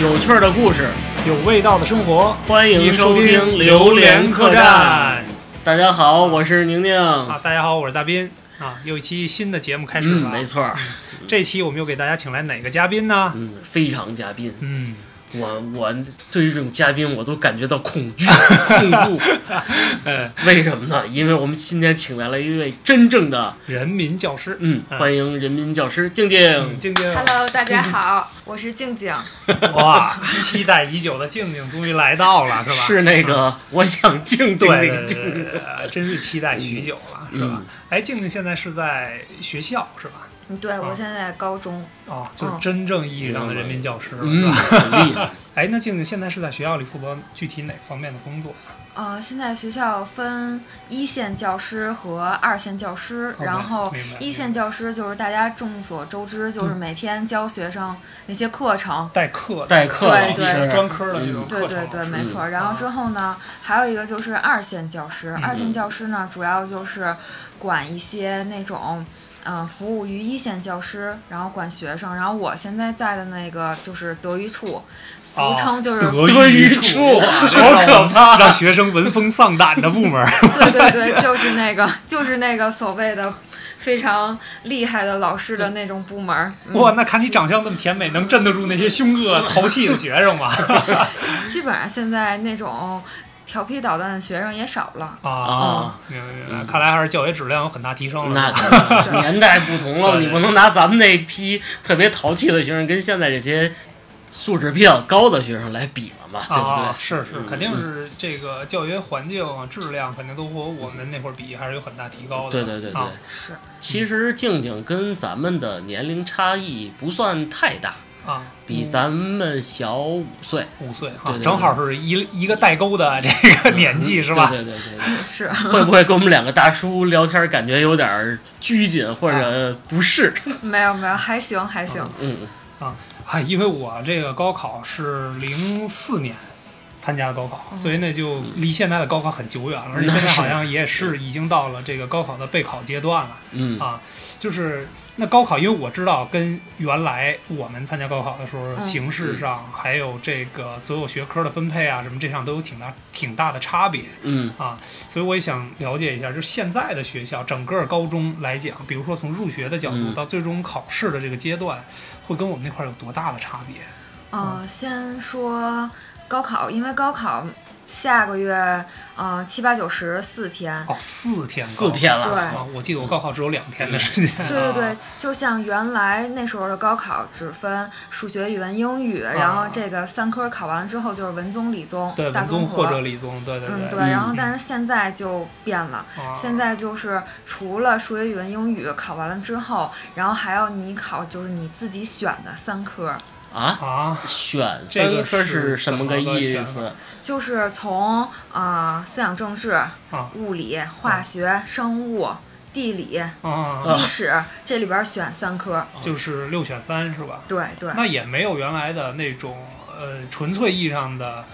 有趣儿的故事，有味道的生活。欢迎收听《榴榴莲莲客栈》。栈大家好，我是宁宁。啊！大家好，我是大斌啊，又一期新的节目开始了。嗯，没错儿，这期我们又给大家请来哪个嘉宾呢？嗯，非常嘉宾。嗯，我我对于这种嘉宾我都感觉到恐 惧、恐怖。呃，为什么呢？因为我们今天请来了一位真正的，人民教师，嗯，欢迎人民教师静静嗯，。静静， Hello，大嗯家好，我是静静。哇，期待已久的静静终于来到了，是吧？是嗯那个，我想静静那对个对静。对对，呃真是期待许久了，嗯是吧？哎，静静现在是在学校，是吧？嗯，对我现在在高中，哦，就是嗯真正意义上的人民教师了，是嗯，吧？很厉害。哎，那静静现在是在学校里负责具体哪方面的工作？呃，现在学校分一线教师和二线教师，好吧然后明白一明线白教师就是大家众所周知，嗯就是每天教学生那些课程。代课的，代课对对是是专科的这种对课程对老师，对，没错。嗯然后之后呢，还有一个就是二线教师。嗯二线教师呢，主要就是管一些那种，嗯、服务于一线教师，然后管学生。然后我现在在的那个就是德育处，俗哦称就是德语育处 处，啊好可怕让学生闻风丧胆的部门。对对对，就是那个，就是那个所谓的非常厉害的老师的那种部门儿。嗯、 哇，那看你长相这么甜美，能镇得住那些凶恶淘气的学生 吗？基本上现在那种调皮捣蛋的学生也少了。啊，啊！明白明嗯白看来还是教学质量有很大提升那了。可能年代不同了， 对你不能拿咱们那批特别淘气的学生跟现在这些素质比较高的学生来比了嘛，对不对？啊，是是嗯，肯定是这个教学环境啊，质量肯定都和我们那会儿比还是有很大提高的。对对对对，啊是，其实静静跟咱们的年龄差异不算太大，啊，比咱们小五岁，五岁对啊对，对嗯正好是一一个代沟的这个年纪是吧？对对对对是，对，会不会跟我们两个大叔聊天感觉有点儿拘谨或者不适？没有没有，还行还行。嗯，啊，因为我这个高考是零四年参加的高考，嗯所以呢就离现在的高考很久远了，而且现在好像也是已经到了这个高考的备考阶段了。嗯啊就是那高考，因为我知道跟原来我们参加高考的时候嗯形式上，还有这个所有学科的分配啊什么这上都有挺大挺大的差别。啊嗯所以我也想了解一下，就是现在的学校，整个高中来讲，比如说从入学的角度嗯到最终考试的这个阶段，会跟我们那块儿有多大的差别？嗯、先说高考，因为高考下个月，嗯、七八九十四天。哦，四天高四考，天了，啊！我记得我高考只有两天的时间。啊对对对，就像原来那时候的高考只分数学、语文、英语，然后这个三科考完了之后就是文综、理综、啊对，大文综综合或。者理综，对对嗯，对，对。然后嗯但是现在就变了，啊现在就是除了数学、语文、英语考完了之后，然后还要你考就是你自己选的三科，啊。啊，选这三个科是什么怎么个意选思？就是从啊、呃思想政治、物理、化学、生物、地理、啊，啊历史这里边儿选三科，就是六选三是吧？对对。那也没有原来的那种呃纯粹意义上的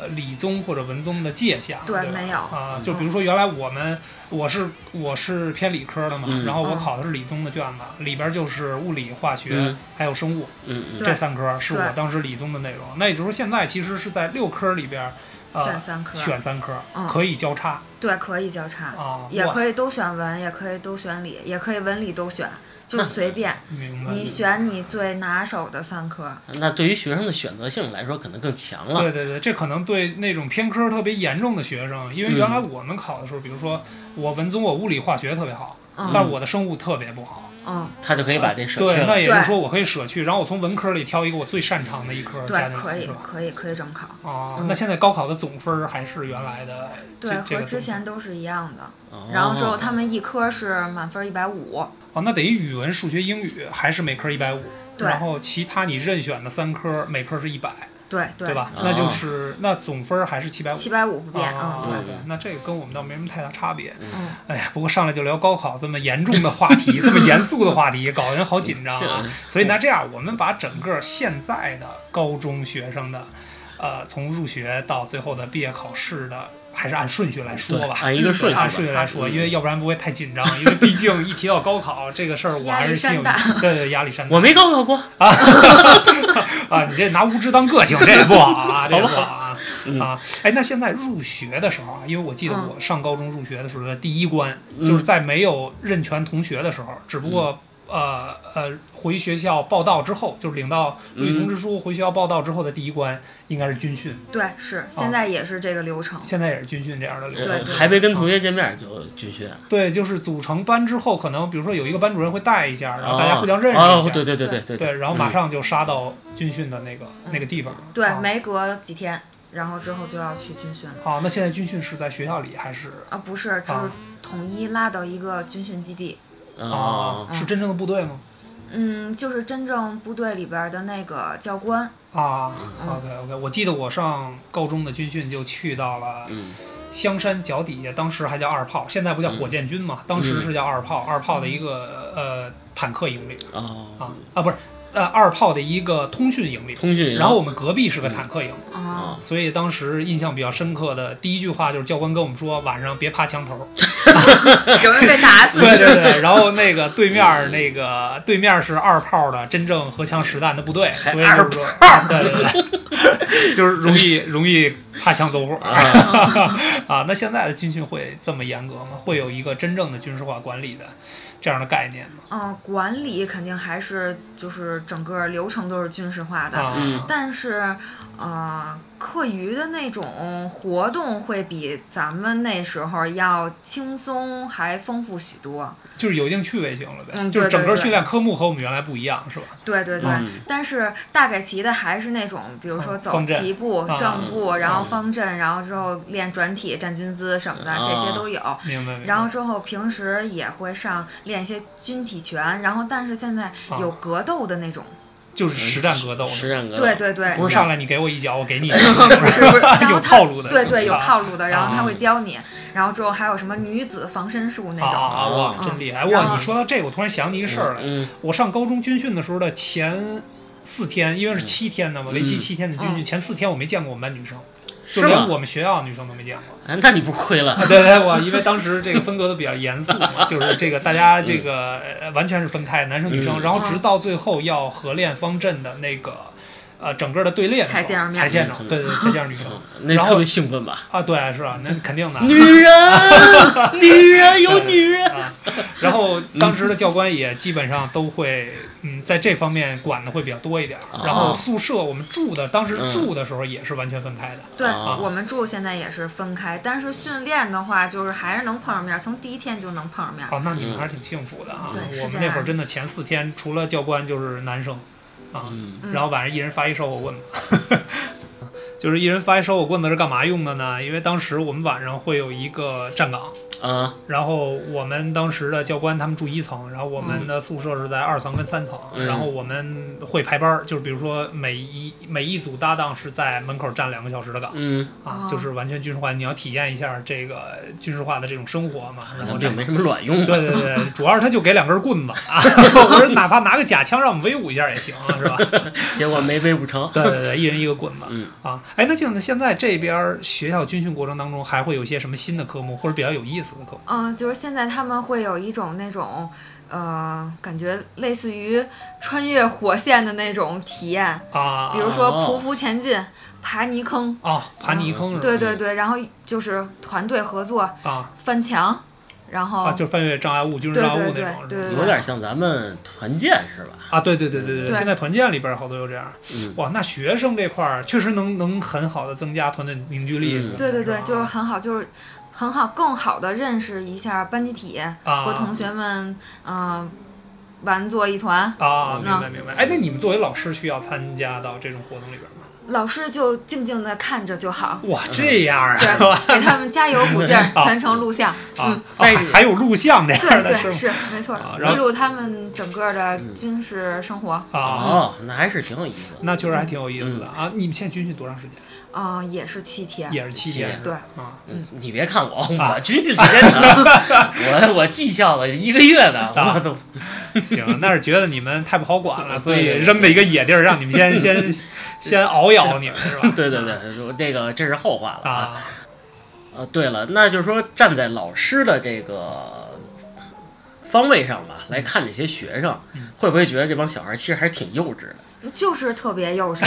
呃理综或者文综的界限了，对吧没有啊。就嗯比如说原来我们我是我是偏理科的嘛，嗯然后我嗯考的是理综的卷子，里边就是物理、化学嗯还有生物嗯嗯，这三科是我对当时理综的内容。那也就是说现在其实是在六科里边选呃三科，选三科嗯可以交叉对，可以交叉，啊，也哇可以都选文，也可以都选理，也可以文理都选，就是随便明白。你选你最拿手的三科。那对于学生的选择性来说，可能更强了。对对对，这可能对那种偏科特别严重的学生，因为原嗯来我们考的时候，比如说我文综我物理化学特别好，嗯但我的生物特别不好，嗯，他就可以把这舍去对，那了。也就是对说我可以舍去，然后我从文科里挑一个我最擅长的一科加对，进可去，以是吧？，可以，可以这么考。哦，嗯那现在高考的总分儿还是原来的这对，这和个总之分前都是一样的。哦然后之后他们一科是满分一百五，哦，那等于语文、数学、英语还是每科一百五，对然后其他你任选的三科每科是一百，对对吧？对那就是那总分儿还是七百五。七百五不变，啊，嗯，哦对对，那这个跟我们倒没什么太大差别。嗯，哎呀，不过上来就聊高考这么严重的话 题，这么严肃的话题，搞得人好紧张啊。嗯所以那这样，我们把整个现在的高中学生的，呃，从入学到最后的毕业考试的，还是按顺序来说吧，对按一个顺序吧按顺序来说，嗯因为要不然不会太紧张，因为毕竟一提到高考这个事儿，我还是心有压力对对压力山大我没高考过，啊！你这拿无知当个性，这也不好啊，这也不好啊嗯啊！哎，那现在入学的时候啊，因为我记得嗯我上高中入学的时候的第一关，嗯就是在没有认全同学的时候，只不过。呃呃，回学校报到之后，就是领到嗯录取通知书，回学校报到之后的第一关应该是军训，对，是哦现在也是这个流程。现在也是军训这样的流程。呃对还没跟同学见面就军训，对，就是组成班之后，可能比如说有一个班主任会带一下，然后大家哦互相认识一下，哦，对对对对对嗯对，然后马上就杀到军训的那个、嗯那个地方。对，啊没隔几天，然后之后就要去军训了。啊，那现在军训是在学校里还是啊，不是，就是啊统一拉到一个军训基地。啊，是真正的部队吗？嗯，就是真正部队里边的那个教官。啊嗯，OK OK，我记得我上高中的军训就去到了嗯香山脚底下，当时还叫二炮，现在不叫火箭军嘛，当时是叫二炮，二炮的一个呃坦克营里啊哦，啊不是呃二炮的一个通讯营里，通讯，然后我们隔壁是个坦克营。啊，啊，所以当时印象比较深刻的第一句话就是教官跟我们说晚上别趴墙头。有人被打死。 对对对，然后那个对面儿那个对面是二炮的真正荷枪实弹的部队，所以就是说，对对对，就是容易容易擦枪走火啊，啊。那现在的军训会这么严格吗？会有一个真正的军事化管理的这样的概念吗？嗯、管理肯定还是就是整个流程都是军事化的，啊，嗯但是，呃，课余的那种活动会比咱们那时候要轻松还丰富许多。就是有一定趣味性了呗，嗯对就是整个对对训练科目和我们原来不一样，是吧？对对对，嗯但是大概齐的还是那种，比如说嗯走方阵齐步、啊正步，然后嗯方阵，然后之后练转体、站军姿什么的，这些啊都有。明白明白。然后之后平时也会上练一些军体拳，然后但是现在啊有格斗的那种，就是实战格斗呢，实战格斗，对对对，不是然上来你给我一脚，我给你。后不是不是，然后有他套路的，对对有啊套路的，然后他啊会教你，然后之后还有什么女子防身术那种，啊哇，嗯真厉害！然哇，后你说到这个，我突然想起一个事儿来。嗯，我上高中军训的时候的前四天，因为是七天的嘛，为期嗯七天的军训，嗯前四天我没见过我们班女生，就是连吗？我们学校女生都没见过。哎，那你不亏了，啊 对对，我因为当时这个分隔的比较严肃 嘛，就是这个大家这个呃完全是分开，男生女生，嗯然后直到最后要合练方阵的那个。呃，整个的队列的时候才见着面才见着，嗯对对，才见着女生那然后特别兴奋吧？啊，对，是吧？那肯定的，女 人，女人有女人，啊，然后当时的教官也基本上都会，嗯，在这方面管的会比较多一点儿。啊然后宿舍我们住的，当时住的时候也是完全分开的。对、啊我们住现在也是分开，但是训练的话，就是还是能碰上面儿，从第一天就能碰上面儿。啊，那你们还是挺幸福的啊！嗯对是我们这那样会儿真的前四天除了教官就是男生，啊，嗯嗯然后晚上一人发一烧火棍子。 就是一人发一烧火棍子是干嘛用的呢？因为当时我们晚上会有一个站岗，啊，然后我们当时的教官他们住一层，然后我们的宿舍是在二层跟三层，嗯然后我们会排班儿，就是比如说每一每一组搭档是在门口站两个小时的岗、嗯，啊哦，就是完全军事化，你要体验一下这个军事化的这种生活嘛，然好像后这这。没什么卵用吧？对对对，主要是他就给两根棍子啊，我说哪怕拿个假枪让我们威武一下也行，是吧？结果没威不成，对对对，一人一个棍子嗯啊。哎，那就是现在这边儿学校军训过程当中还会有一些什么新的科目或者比较有意思的科目？嗯，就是现在他们会有一种那种，呃，感觉类似于穿越火线的那种体验，啊，比如说哦匍匐前进、爬泥坑，啊，爬泥坑是吧？对对对，然后就是团队合作、啊翻墙，然后、啊，就是翻越障碍物、军事障碍物那哦对对种，对是吧对有点像咱们团建是吧？啊，对对对对对现在团建里边好多有这样，嗯哇，那学生这块儿确实能能很好的增加团队凝聚力，嗯对对对，就是吧很好，就是很好，更好的认识一下班集体啊和同学们，嗯、玩作一团。啊，嗯明白明白。哎，那你们作为老师需要参加到这种活动里边吗？老师就静静的看着就 好，哇，嗯这样啊，是吧？对，给嗯他们加油鼓 ，劲儿啊全程录像。啊嗯，，在啊还有录像这对样的是对吗？是没错啊，然后记录他们整个的嗯军事生活，啊。哦，嗯那还是挺有意思的。那确实还挺有意思的啊！你们现在军训多长时间？啊，也是七天。也是七天，七天对啊嗯你别看我，啊我军训时间 长，我我技校了一个月呢，啊我都行，那是觉得你们太不好 管了，所以对对对扔了一个野地儿，让你 们先先先熬一熬你们是吧？对对对，这个这是后话了。啊，呃，对了，那就是说站在老师的这个方位上嗯吧，来看这些学生，会不会觉得这帮小孩其实还挺幼稚的？就是特 别幼稚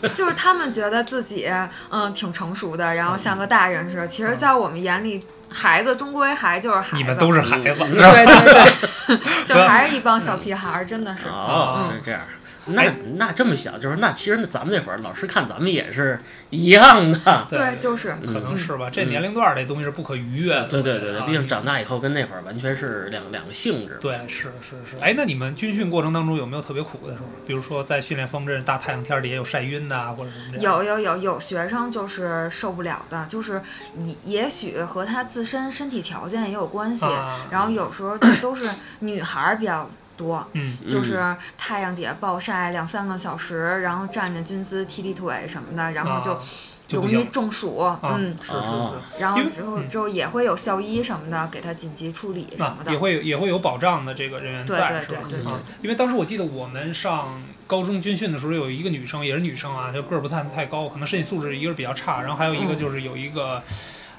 的，就是他们觉得自己嗯挺成熟的，然后像个大人似的。其实，在我们眼里，孩子终归还就是孩子，啊啊你们都是孩子， 对 对对，就还是一帮嗯小屁孩儿，真的是。哦，嗯是这样。那哎那这么想，就是那其实那咱们那会儿老师看咱们也是一样的，对，就是可能是吧，这嗯年龄段儿这东西是不可逾越的。对对对对，啊毕竟长大以后跟那会儿完全是两两个性质。对，是是是。哎，那你们军训过程当中有没有特别苦的时候？比如说在训练方阵、大太阳天儿底下有晒晕呐、或者什么这样？有有有有学生就是受不了的，就是也也许和他自身身体条件也有关系，啊，然后有时候这 都是女孩儿比较多。嗯，嗯就是太阳底下暴晒两三个小时，然后站着军姿踢踢腿什么的，然后啊就就不容行易中暑，啊，嗯，是哦是然后因为之后嗯之后也会有校医什么的给他紧急处理是，什啊么，的也，会有也会有保障的这个人员对在，对是对吧？对对啊，因为当时我记得我们上高中军训的时候，有一个女生也是女生啊，就个儿不太太高，可能身体素质一个是比较差，然后还有一个嗯就是有一个。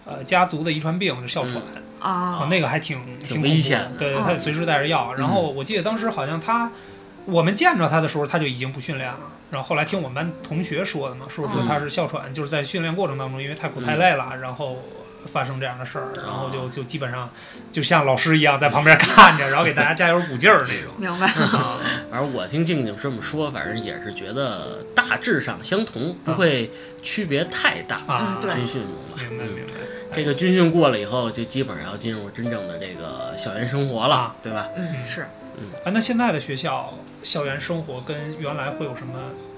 呃，家族的遗传病就哮喘，啊啊，那个还挺挺恐危怖险的的嗯对，嗯他得随时带着药。然后我记得当时好像他，我们见着他的时候，他就已经不训练了。然后后来听我们班同学说的嘛，说说嗯他是哮喘，就是在训练过程当中，因为太苦嗯太累了，然后发生这样的事儿，然后哦就就基本上就像老师一样在旁边看着，然后给大家加油鼓劲儿那 种。明白，啊而我听静静这么说，反正也是觉得大致上相同，不会区别太大。嗯啊嗯，对军训嘛，明白嗯明白。这个军训过了以后，就基本上要进入真正的这个校园生活了啊，对吧？嗯，是，哎，那现在的学校校园生活跟原来会有什么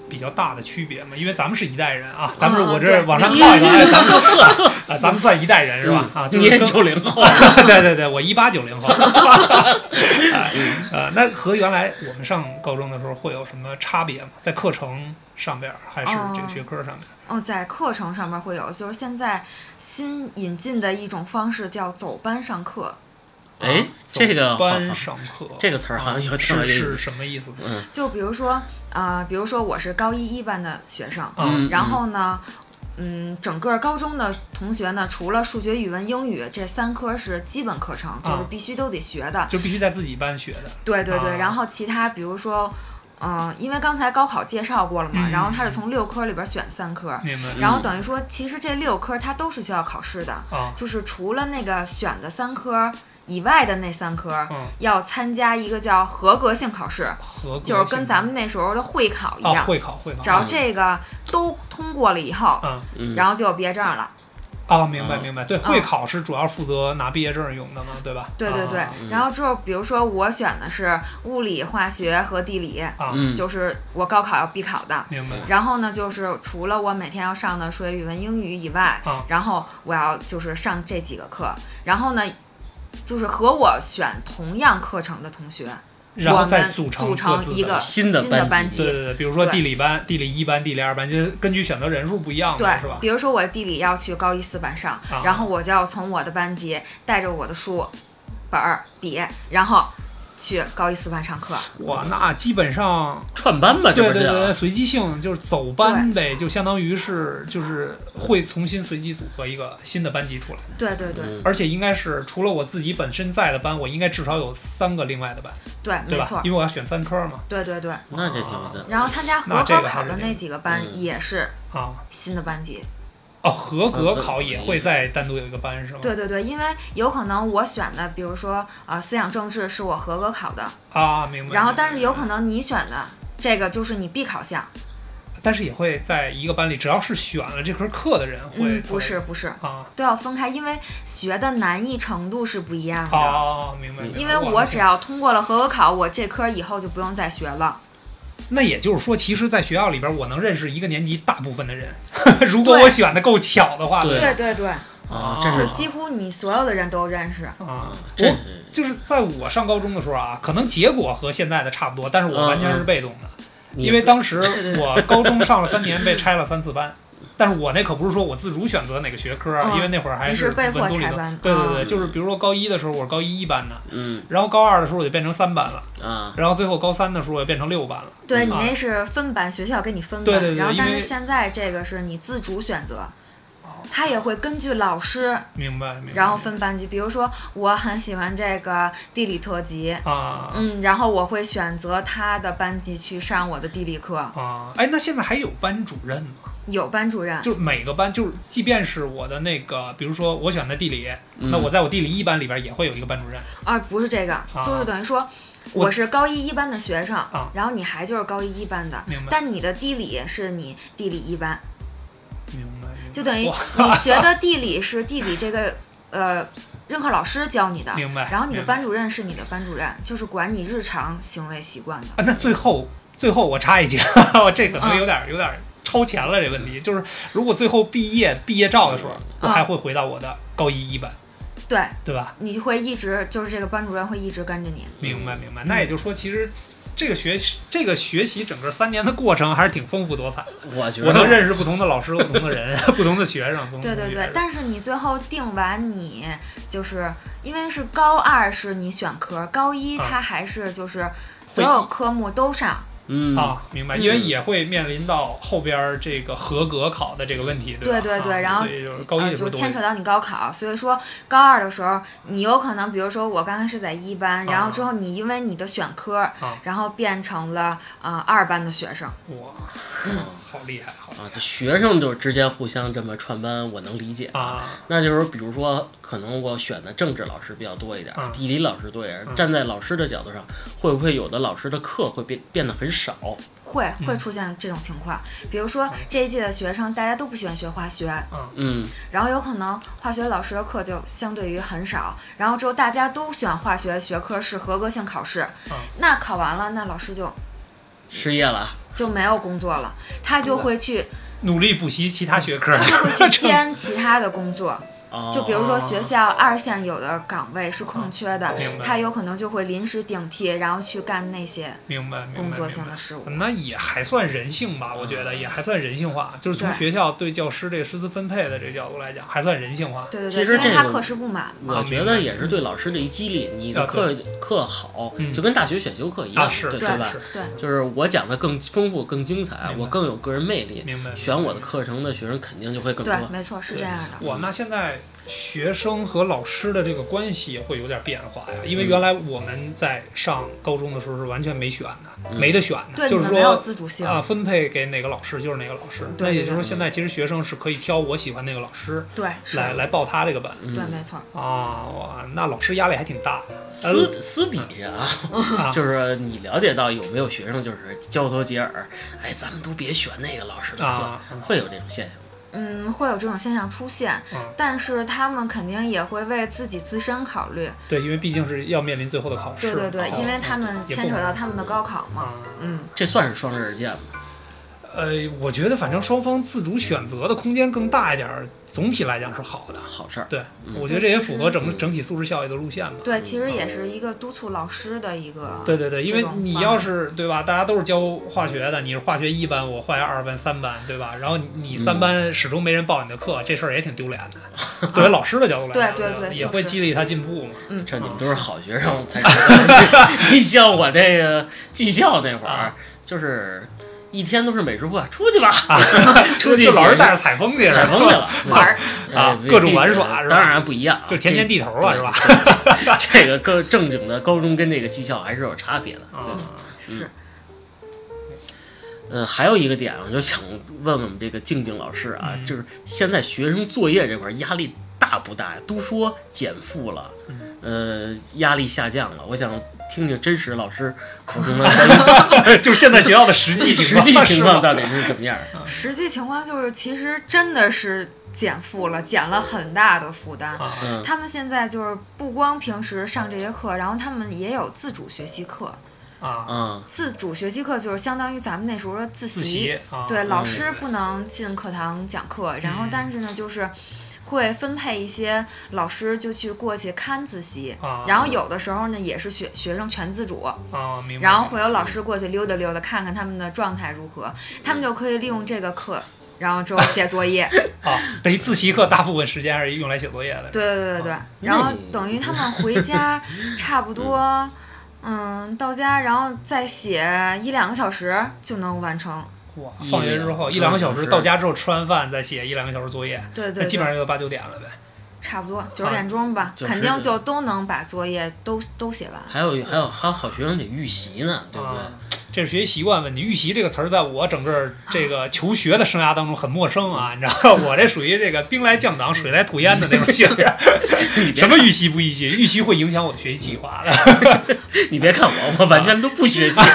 比较大的区别吗？因为咱们是一代人啊，咱们啊我对这往上靠一 靠，哎，咱们啊，咱们算一代人是吧？啊，嗯就你是也跟九零后， 对对对，我一八九零后。 哎呃，那和原来我们上高中的时候会有什么差别吗？在课程上边儿还是这个学科上面？哦，在课程上面会有，就是现在新引进的一种方式叫走班上课，哎啊这个走班上课这个词儿好像有啊点儿有是意思是什么意思？嗯就比如说啊、呃比如说我是高一一班的学生，啊嗯然后呢，嗯，整个高中的同学呢，除了数学、语文、英语这三科是基本课程，就是必须都得学的。就必须在自己班学的对对对，啊然后其他比如说，嗯、因为刚才高考介绍过了嘛，嗯然后它是从六科里边选三科，明白然后等于说，其实这六科它都是需要考试的，啊？就是除了那个选的三科以外的那三科。嗯，要参加一个叫合格性考试，合格就是跟性咱们那时候的会考一啊样，会考会考只要这个都通过了以后，啊嗯，然后就有毕业证了。啊，明白嗯明白，对，嗯会考是主要负责拿毕业证用的嘛，对吧？对对对啊，嗯然后之后比如说我选的是物理、化学和地理，啊，嗯，就是我高考要必考的。明白然后呢，就是除了我每天要上的数学、语文、英语以外，啊然后我要就是上这几个课。然后呢，就是和我选同样课程的同学，然我后再们组成组各自成一的个新的的班级对对级。对，比如说对地理班、地理一班、地理二班，就是根据选择人数不一样的，是吧对，？比如说我地理要去高一四班上，啊然后我就要从我的班级带着我的书、本儿、笔，然后去高一四班上课。哇，那基本上串班吧，这对不对是对，对叫随机性就是走班呗，就相当于是就是会重新随机组合一个新的班级出来，对对对、嗯而且应该是除了我自己本身在的班，我应该至少有三个另外的班，对，对没吧错？，因为我要选三科嘛，对对对。那这挺有意思。然后参加那合这个高还考是的挺那几个嗯班也是啊新的班级。哦，合格合格考也会再单独有一个班是吗？对对对，因为有可能我选的，比如说呃思想政治是我合格考的，啊，明白。然后但是有可能你选的这个就是你必考项。但是也会在一个班里，只要是选了这科课的人会嗯，不是不是，啊都要分开，因为学的难易程度是不一样的。哦，明白。明白嗯因为哇我那只要通过了合格考，我这科以后就不用再学了。那也就是说，其实，在学校里边，我能认识一个年级大部分的 人。如果我选的够巧的话，对对对对，啊，这就是是几乎你所有的人都认识。啊，这我就是在我上高中的时候啊，可能结果和现在的差不多，但是嗯我完全是被动的，你因为当时 对对对我高中上了三年，被拆了三次班。但是我那可不是说我自主选择哪个学科啊，嗯因为那会儿还你是被文迫综理拆的。班，对对嗯对，就是比如说高一的时候，我是高一一班的，嗯然后高二的时候我就变成三班了，啊，然后最后高三的时候我就变成六班了。对你啊那是分班，学校给你分班，对对对然后但因为是现在这个是你自主选择，他也会根据老师，明白明白。然后分班级。比如说，我很喜欢这个地理特级，啊嗯，然后我会选择他的班级去上我的地理课。啊，哎，那现在还有班主任吗？有班主任，就是每个班，就是即便是我的那个，比如说我选的地理，嗯那我在我地理一班里边也会有一个班主任啊，不是这个，就是等于说。我我是高一一班的学生，啊然后你还就是高一一班的明白，但你的地理是你地理一班，明白？明白就等于哇你学的地理是地理这个呃任课老师教你的，明白。然后你的明白班主任是你的班主任，就是管你日常行为习惯的。啊，那最后最后我插一句， 我这可能有点、有点超前了这问嗯题，就是如果最后毕业毕业照的时候，我还会回到我的高一一班，对，对吧？你会一直就是这个班主任会一直跟着你。明白明白。那也就是说，其实这个学习这个学习整个三年的过程还是挺丰富多彩的，我觉我能得认识不同的老师、不同的人、 不同的学生。不同的对对同学对，但是你最后定完你，就是因为是高二是你选科，高一啊它还是就是所有科目都上。嗯啊，明白，因为也会面临到后边儿这个合格考的这个问题，吧？对对对啊然后所以就是高一的呃，时就候都是牵扯到你高考，所以说高二的时候，你有可能，比如说我刚开始在一班，然后之后你因为你的选科，啊然后变成了呃二班的学生。哇，好厉害，好厉啊，这学生就之间互相这么串班，我能理解害。啊，那就是比如说，可能我选的政治老师比较多一点，嗯地理老师多一点。嗯站在老师的角度上，会不会有的老师的课会变变得很少？会嗯会出现这种情况，比如说这一届的学生大家都不喜欢学化学，嗯，然后有可能化学老师的课就相对于很少，然后之后大家都选化学学科是合格性考试，嗯那考完了，那老师就失业了，就没有工作了，他就会去努力补习其他学科他。就会去 这兼其他的工作，哦、就比如说学校二线有的岗位是空缺的哦明白，他有可能就会临时顶替，然后去干那些明白，明白工作明性白的事务。那也还算人性吧，我觉得也还算人性化，就是从对学校对教师这个师资分配的这个角度来讲，还算人性化。对对其对，实因为这他个课时不满嘛。我觉得也是对老师的一激励。你的啊课课好嗯，就跟大学选修课一样，啊是对对吧？是对，就是我讲的更丰富、更精彩，明白我更有个人魅力，明白。选我的明白。课程的学生肯定就会更多对，。没错，是这样的。哇，那现在学生和老师的这个关系会有点变化呀，嗯因为原来我们在上高中的时候是完全没选的，嗯没得选的，对，就你是们没有说自主性。啊，分配给哪个老师就是哪个老师。对那也对就是对说，现在其实学生是可以挑我喜欢那个老师对，是，来来报他这个班。嗯对，没错。啊，哇，那老师压力还挺大的。私私底下啊，呃啊 就是你了解到有没有学生就是交头接耳，哎，咱们都别选那个老师的啊课，会有这种现象吗。嗯，会有这种现象出现，嗯但是他们肯定也会为自己自身考虑。对，因为毕竟是要面临最后的考试。对对对，哦因为他也们不牵扯好到他们的高考嘛。啊，嗯，这算是双刃剑吗？呃，我觉得反正双方自主选择的空间更大一点儿，总体来讲是好的。好事儿。对，嗯我觉得这也符合整个整体素质教育的路线嘛。对，其实也是一个督促老师的一个。对对对，因为啊这种你方要案是对吧，大家都是教化学的，你是化学一班，我化学二班、三班，对吧？然后你你三班始终没人报你的课，这事儿也挺丢脸 的。作为老师的角度来对讲，对吧对也就会是激励他进步嘛。这你们都啊是好学生才知道。 你像我这个技校那会儿啊，就是一天都是美术课，出去吧， 出去就老是带着写采风 去，采风去 了，玩儿，啊哎各种玩耍是吧当然不一样啊，就田间地头啊，这是吧？？这个跟正经的高中跟那个技校还是有差别的。对，啊，是呃，还有一个点，我就想问问这个静静老师啊，嗯就是现在学生作业这块儿压力大不大？都说减负了，嗯呃，压力下降了，我想听听真实老师口中的 啊就是现在学校的实际情实 况，际情况是吧到底是什么样儿？嗯实际情况就是，其实真的是减负了，减了很大的负担。啊，嗯，他们现在就是不光平时上这些课，然后他们也有自主学习课。啊，啊，自主学习课就是相当于咱们那时候的自自习啊，对，老嗯师不能进课堂讲课，然后嗯但是呢，就是会分配一些老师就去过去看自习，啊，然后有的时候呢也是学学生全自主，啊，明白。嗯然后会有老师过去溜达溜达，看看他们的状态如何，他们就可以利用这个课。然后之后写作 业，啊，等于自习课大部分时间还是用来写作业的。对对对对哦对，然后等于他们 回家，差不嗯多，嗯，到家然后再写一两个小时就能完成哇，放学之后一两一两个小小时，时到家之后吃完饭再写一两个小时作业，对那对基对本，上就八九点了呗。差不多九十点钟吧，就是肯定就都能把作业都都写完。还有还有还有好学生得预习呢，对不对？啊这是学习习惯问题。预习这个词儿，在我整个这 个求学的生涯当中很陌生啊，你知道， 我这属于这个兵来将挡、水来土掩的那种 性格。 你别什么预习不预习？预习会影响我的学习 计划的。你别看我，我完全都不学习。啊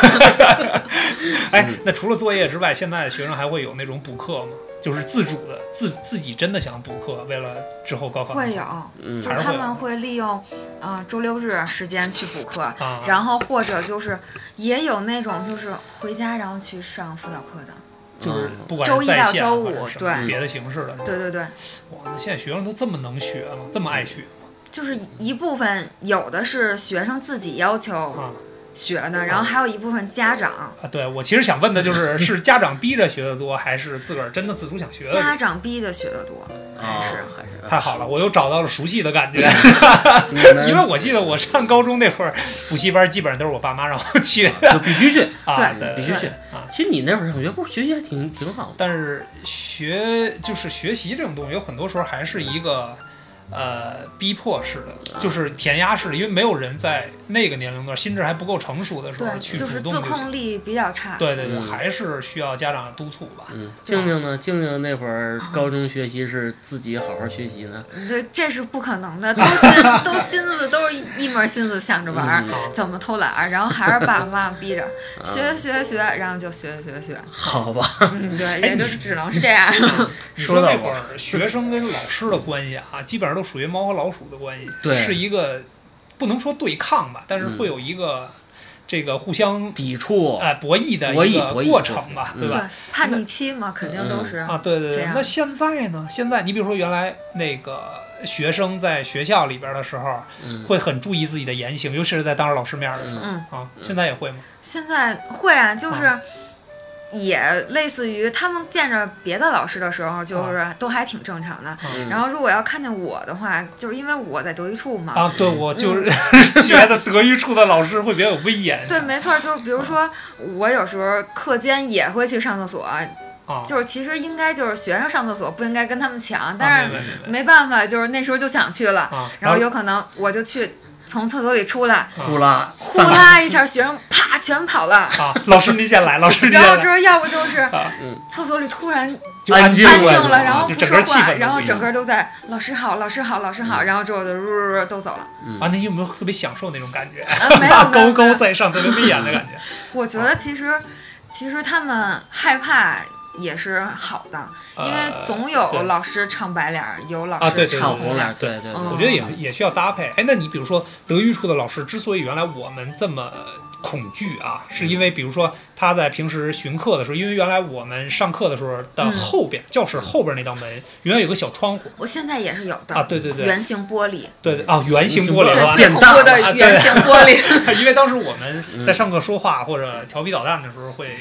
哎，嗯那除了作业之外，现在的学生还会有那种补课吗？就是自主的，自自己真的想补课，为了之后高考会有，嗯就还是是他会有们会利用，嗯、周六日时间去补课，啊，然后或者就是也有那种就是回家然后去上辅导课的。就是嗯不管是在线啊周一到周五或者是什么对别的形式的。对对对，哇，那现在学生都这么能学吗？这么爱学就是一部分有的是学生自己要嗯求啊？学的，然后还有一部分家长，啊，对我其实想问的 就是，是家长逼着学的多，还是自个儿真的自主想学的多？家长逼着学的多。啊，还是还是啊太好了，我又找到了熟悉的感觉， 你们因为我记得我上高中那会儿，补习班基本上都是我爸妈让我去就必须去，啊，对必须对去啊。其实你那会儿上学不是学习还挺挺好的，但是学就是学习这种东西，有很多时候还是一个呃逼迫式的，就是填鸭式的，因为没有人在那个年龄段心智还不够成熟的时候对，去就主是动自行。控力比较差。对对对，嗯还是需要家长督促吧。嗯，静静呢？静静那会儿高中学习是自己好好学习呢，这这是不可能的，都心都心思都是一门心思想着玩儿，嗯啊，怎么偷懒儿，然后还是爸爸妈妈逼着啊学学学，然后就学学学，好吧？嗯，对，也就只能是这样。你说说到那会儿学生跟老师的关系啊，基本上都属于猫和老鼠的关系，对是一个不能说对抗吧，但是嗯会有一个这个互相抵触，哎博弈的博弈一个博弈过程吧，嗯对吧？对，叛逆期嘛，肯定都是。啊，对对这对。样那现在呢？现在你比如说，原来那个学生在学校里边的时候，嗯，会很注意自己的言行，尤其是在当着老师面的时候、嗯，啊。现在也会吗？现在会啊，就是。也类似于他们见着别的老师的时候，就是都还挺正常的。嗯然后如果要看见我的话，就是因为我在德育处嘛，啊，对，嗯我就是 觉得德育处的老师会比较有威严。嗯对，没错，就比如说我有时候课间也会去上厕所，啊，就是其实应该就是学生上厕所不应该跟他们抢，啊但明是白明白没办法，就是那时候就想去了，啊，然后有可能我就去从厕所里出来，呼啦，呼啦一下，学生啪全跑了。啊，老师您先来，老师您然后先之来，后，要不就是啊嗯厕所里突然安就安静静啊了静了，然后就不整说个气话，氛，然后整。个都在老师好，老师好，老师嗯好，然后之后就呜呜呜都走 了。嗯啊，那有没有特别享受那种感觉？啊，没有，没高有没高有。在上，特别威严的感觉。我觉得其实其实他们害怕也是好的， 因为呃总对有老师唱白脸儿，有老啊对师唱对唱红红脸脸儿，，对对，对我嗯觉得也也需要搭配。哎，那你比如说德育处的老师之所以原来我们这么恐惧啊，是因为嗯比如说他在平时巡课的时候，因为原来我们上课的时候的嗯后边、教室后边那道门原来有个小窗户我现在也是有的，啊，对对对圆形玻璃，对对啊，圆形形玻璃玻是璃吧对，啊？最变恐大怖了啊的圆形玻 璃。因为当时我们嗯在上课说话或者调皮捣蛋的时候，会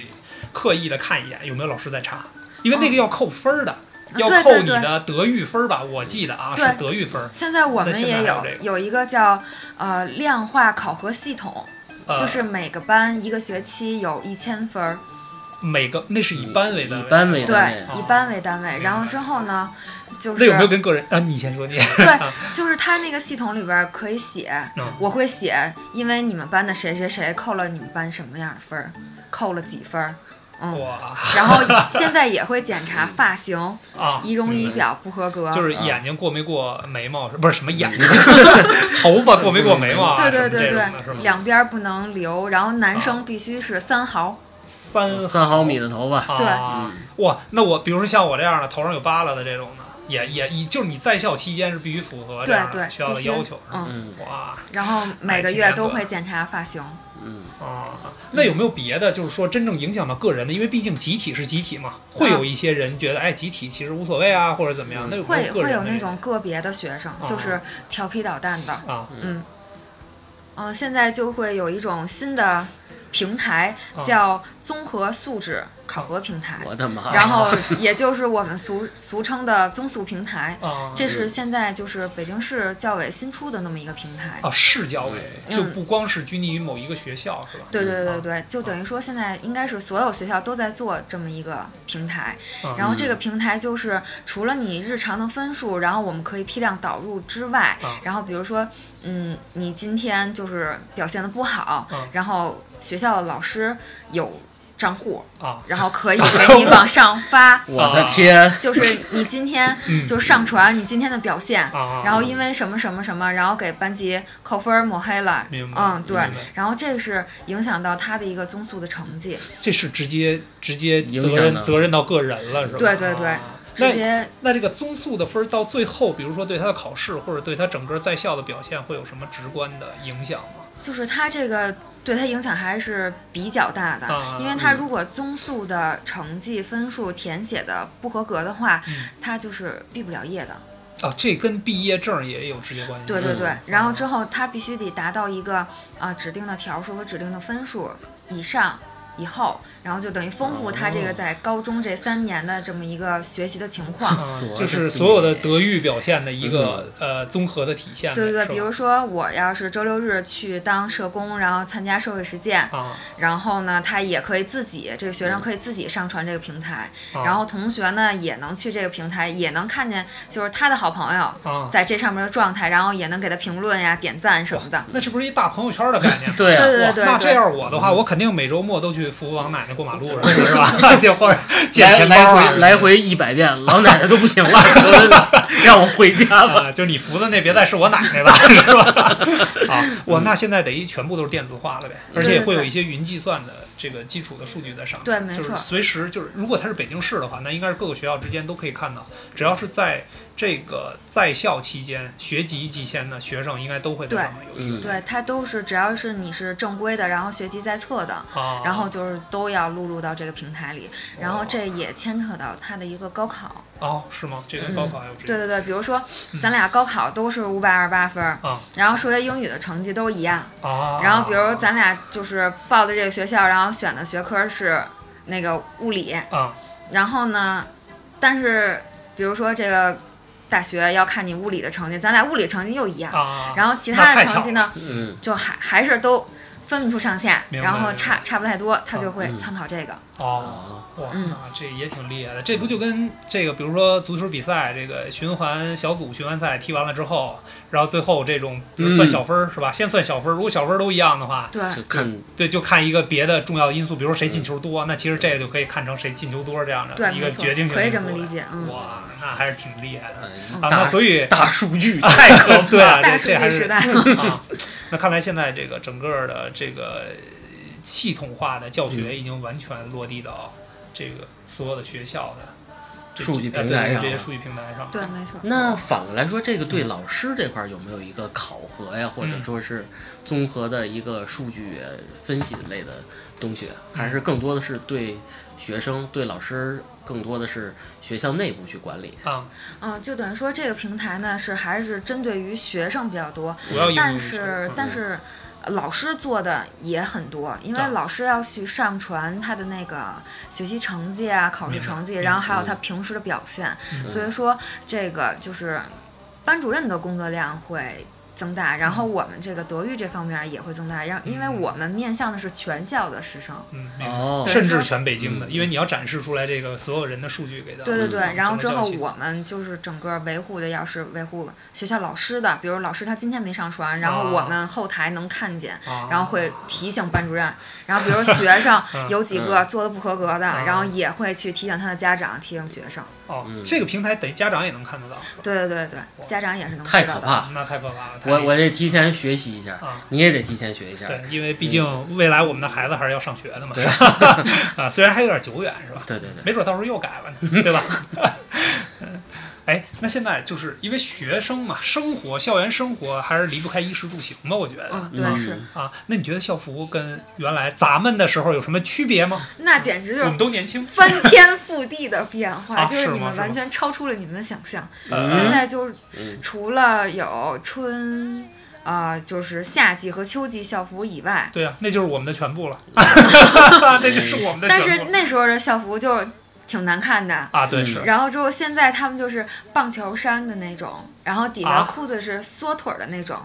刻意的看一眼有没有老师在查，因为那个要扣分儿的，要哦啊对扣对你对的德育分儿吧，我记得啊是对德育分儿，现在我们也有那现在还有这个有一个叫呃量化考核系统，呃就是每个班一个学期有一千分儿，每个那是以班为嗯单以位，班为单对位，，哦以班为单位。然后之后呢，就那有没有是跟个人啊？你先说你。就是它那个系统里边儿可以写嗯，我会写，因为你们班的谁谁谁扣了你们班什么样的分儿，扣了几分儿，嗯，哇然后现在也会检查发型、啊！仪容仪表不合格，就是啊眼睛过没过眉毛，不是什 么眼睛，头发过没过眉毛啊？对对什么对对这种的是吗？啊两边儿不能留，然后男生必须是三毫。三三毫米的头发，啊！对嗯，哇，那我比如说像我这样的头上有疤了的这种的，也也也就是你在校期间是必须符合这对样的对，学校必的须要求，是吗？嗯，嗯哇然后每个挺月严格都的会检查发型。嗯，啊！那有没有别的，就是说真正影响到个人的？因为毕竟集体是集体嘛，会嗯有一些人觉得哎，集体其实无所谓啊，或者怎嗯么样？那有没会有个会人有的那种个别的学生，就哦是调皮捣蛋的，啊嗯，嗯、现在就会有一种新的平台啊叫综合素质考核平台，我的妈！然后也就是我们俗俗称的综诉平台。啊，这是现在就是北京市教委新出的那么一个平台。啊，市教委嗯就不光是拘泥于某一个学校是吧？对对对对，就等于说现在应该是所有学校都在做这么一个平台，啊然后这嗯，个平台就是除了你日常的分数，然后我们可以批量导入之外啊，然后比如说，嗯，你今天就是表现的不好啊，然后学校的老师有账户，啊，然后 可以给你往上发我的天，就是你今天嗯就上传你今天的表现，啊，然后因为什么什么什么，然后给班级扣分儿抹黑了。明白嗯，对明白，然后这是影响到他的一个综述的成绩，这是直接直接影责响任的责任到个人了是吧？对对对啊直那接那这个综述的分儿到最后，比如说对他的考试或者对他整个在校的表现，会有什么直观的影响吗？就是他这个对他影响还是比较大的，啊因为他嗯如果综述的成绩分数填写的不合格的话，嗯他就是毕不了业的。啊，这跟毕业证也有直接关系。对对对，嗯然后之后他必须得达到一个啊、呃指定的条数和指定的分数以上。以后，然后就等于丰富他这哦个在高中这三年的这么一个学习的情况。啊所有，的就是心嗯所有的理？德育表现的一个呃综合的体现呗。对对是吧对，比如说我要是周六日去当社工，然后参加社会实践，啊，然后呢，他也可以自己这个学嗯生可以自己上传这个平台，啊然后同学呢也能去这个平台，也能看见就是他的好朋友啊，在这上面的状态，然后也能给他评论呀、点赞什么的。那是不是一大朋友圈的 概念对对啊，对哇对对，那这样我的话，我肯定每周末都去扶王奶奶过马路上，是吧？ 就或者捡钱包来啊回，来回一百遍，老奶奶都不行了，求求你让我回家吧。 啊，就你扶的那别再是我奶奶 吧，是吧？啊，哇，嗯那现在等于全部都是电子化了呗，而且也会有一些云计算的这个基础的数据在上面。对没错就是随时就是，如果它是北京市的话，那应该是各个学校之间都可以看到，只要是在这个在校期间、学籍期间的学生，应该都会在上面嗯有一个。对他都是只要是你是正规的，然后学籍在册的。啊，然后就是都要录入到这个平台里，然后这也牵扯到他的一个高考。哦，是吗？这跟高考还有这嗯对个对对，比如说嗯咱俩高考都是五百二十八分儿，啊然后数学、英语的成绩都一样，啊，然后比如咱俩就是报的这个学校，然后选的学科是那个物理，啊然后呢，但是比如说这个大学要看你物理的成绩，咱俩物理成绩又一样，啊，然后其他那太的巧成绩呢嗯，就还还是都分不出上下，明白然后明白差差不太多，他就会嗯参考这个。哦。啊，哇，嗯那这也挺厉害的。这不就跟这个，比如说足球比赛，这个循环小组循环赛踢完了之后，然后最后这种，比如嗯算小分儿、是吧？先算小分儿，如果小分儿都一样的话，对，就看对，就看一个别的重要的因素，比如说谁进球多，那其实这个就可以看成谁进球多这样的对，一没个错决定，性可的以因这素么理解，嗯。哇，那还是挺厉害的呃啊！大那所 以大数据太可怕了。 对啊，大这数这还据是时代，啊， 那看来现在这个整个的这个系统化的教学已经完全落地到这个所有的学校的这数据呃平对台对上这些了数据平台上。对，没错。那反过来说，这个对老师这块儿有没有一个考核呀，或嗯者说是综合的一个数据分析类的东西，啊还是更多的是对学生、对老师，更多的是学校内部去管理？啊，嗯，就等于说这个平台呢是还是针对于学生比较多，主要应用但于是但嗯是老师做的也很多，因为对老师要去上传他的那个学习成绩啊、考试明白成绩，明白然后还有他平时的表现，嗯所以说这个就是班主任的工作量会。增大，然后我们这个德育这方面也会增大，让因为嗯我们面向的是全校的师生，嗯，明白哦对甚至全北京的，嗯因为你要展示出来这个所有人的数据给到。对对对，嗯然后之整个后教育系统我们就是整个维护的要是维护学校老师的，比如老师他今天没上传，然后我啊们后台能看见，啊然后会提醒班主任，然后比如学生嗯有几个做的不合格的，啊然后也会去提醒他的家长，提醒学生。哦嗯，这个平台等于家长也能看得到，是吧对对对对，家长也是能太知可道的。怕！了，那太可怕了。太我我得提前学习一下，啊，你也得提前学一下。对，因为毕竟未来我们的孩子还是要上学的嘛嗯对， 啊，虽然还有点久远，是吧？对对对，没准到时候又改了呢，对吧？ 嗯哎，那现在就是因为学生嘛，生活、校园生活还是离不开衣食住行吧？我觉得、嗯，嗯对是，啊，那你觉得校服跟原来咱们的时候有什么区别吗？那简直就我是们都年轻，翻天覆地的变化，嗯啊就是是你吗们是完吗全超出了你们的想象。呃嗯现在就是嗯除了有春呃，就是夏季和秋季校服以外，对啊，那就是我们的全部了， 那就是我们的全部。嗯但是那时候的校服就挺难看的。啊，对嗯是，然后之后，现在他们就是棒球衫的那种，然后底下啊裤子是缩腿儿的那种，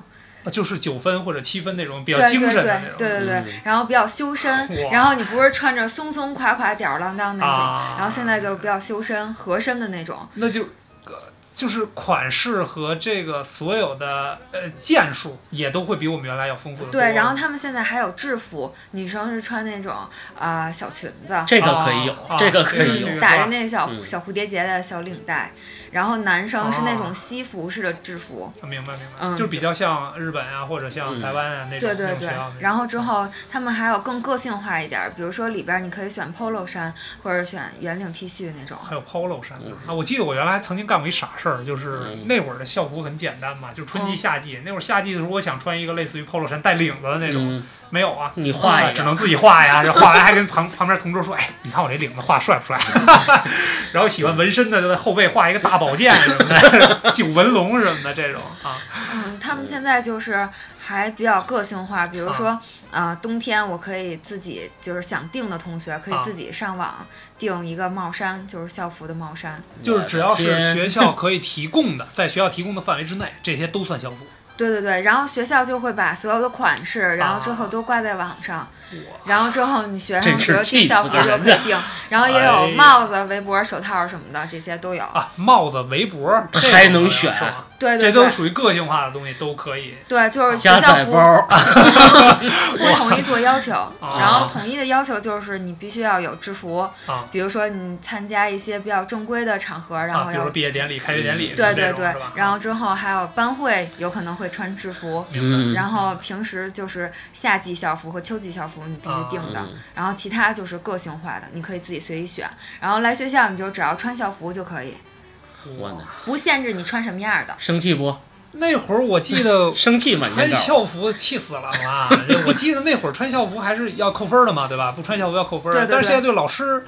啊就是九分或者七分那种比较对精对神的对对那种对对，嗯然后比较修身，哇然后你不是穿着松松垮垮、吊儿郎当那种，啊。然后现在就比较修身、合身的那种。那就。呃就是款式和这个所有的呃件数也都会比我们原来要丰富的多。啊对，然后他们现在还有制服，女生是穿那种啊、呃小裙子，这个可以有，啊这个可以这有个。打着那个小、嗯小蝴蝶结的小领带，然后男生是那哦种西服式的制服，啊明白明白，嗯就是比较像日本啊或者像嗯台湾啊那种对那对种嗯学对校。。然后之后他们还有更个性化一点儿，比如说里边儿你可以选 polo 衫或者选圆领 T 恤那种。还有 polo 衫嗯啊！我记得我原来曾经干过一傻事儿，就是嗯那会儿的校服很简单嘛，就春季、嗯夏季。那会儿夏季的时候，我想穿一个类似于 polo 衫带领子的那种，嗯，没有啊，你画啊一只个，能自己画呀。 然后画完还跟旁旁边同桌说：“哎，你看我这领子画帅不帅？” 然后喜欢纹身的就在后背画一个大宝剑什么的，九纹龙什么的这种啊。嗯，他们现在就是还比较个性化，嗯比如说啊、呃冬天我可以自己就是想订的同学可以啊自己上网订一个帽衫，就是校服的帽衫。就是只要我的是天学校可以提供的， 在学校提供的范围之内，这些都算校服。对对对，然后学校就会把所有的款式，然后之啊后都挂在网上，哇，然后之后你学生真只是要订气死校服人就可以了订， 然后也哎有呀帽子、围脖、手套什么的，这些都有。啊，帽子、围脖这种还能好像是选吗对这对都对是，属于个性化的东西，都可以。啊对，就是学加校载不啊包，会统一做要求，啊然后统一的要求就是你必须要有制服，啊比如说你参加一些比较正规的场合，然啊，后比如要、说毕业典礼、开学典礼，这对对种对是吧，啊然后之后还有班会有可能会穿制服。嗯，然后平时就是夏季校服和秋季校服你必须啊定的，嗯然后其他就是个性化的，你可以自己随意选。然后来学校你就只要穿校服就可以，嗯我呢哇，不限制你穿什么样儿的。生气不？那会儿我记得生气吗？你穿先告诉我校服气死了哇！这我记得那会儿穿校服还是要扣分儿的嘛，对吧？不穿校服要扣分儿。对对对但是现在对老师，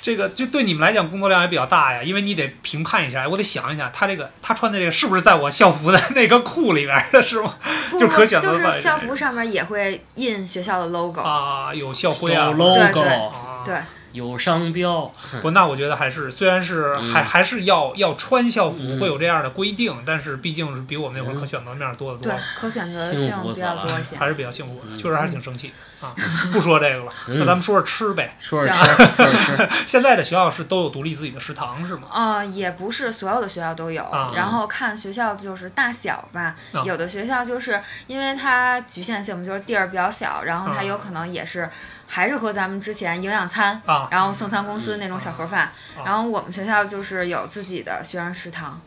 这个就对你们来讲工作量也比较大呀，因为你得评判一下，我得想一下他这个他穿的这个是不是在我校服的那个裤里边儿的，是吗？不就不，可选择就范围是校服上面也会印学校的 logo，、啊，有校徽啊有。对 logo，对啊对，有商标，不，那我觉得还是，虽然是嗯还还是要要穿校服，嗯会有这样的规定，但是毕竟是比我们那会儿可选择面儿多得多对，，可选择幸性福比死较了多一些。还是比较幸福的，嗯确实还是挺生气 啊。不说这个了，那嗯咱们说说吃呗。说着吃，说着吃，现在的学校是都有独立自己的食堂是吗？呃，也不是所有的学校都有，啊然后看学校就是大小吧。啊有的学校就是因为它局限性，就是地儿比较小，然后啊它有可能也是还是和咱们之前营养餐，啊，然后送餐公司那种小盒饭。啊然后我们学校就是有自己的学生食堂，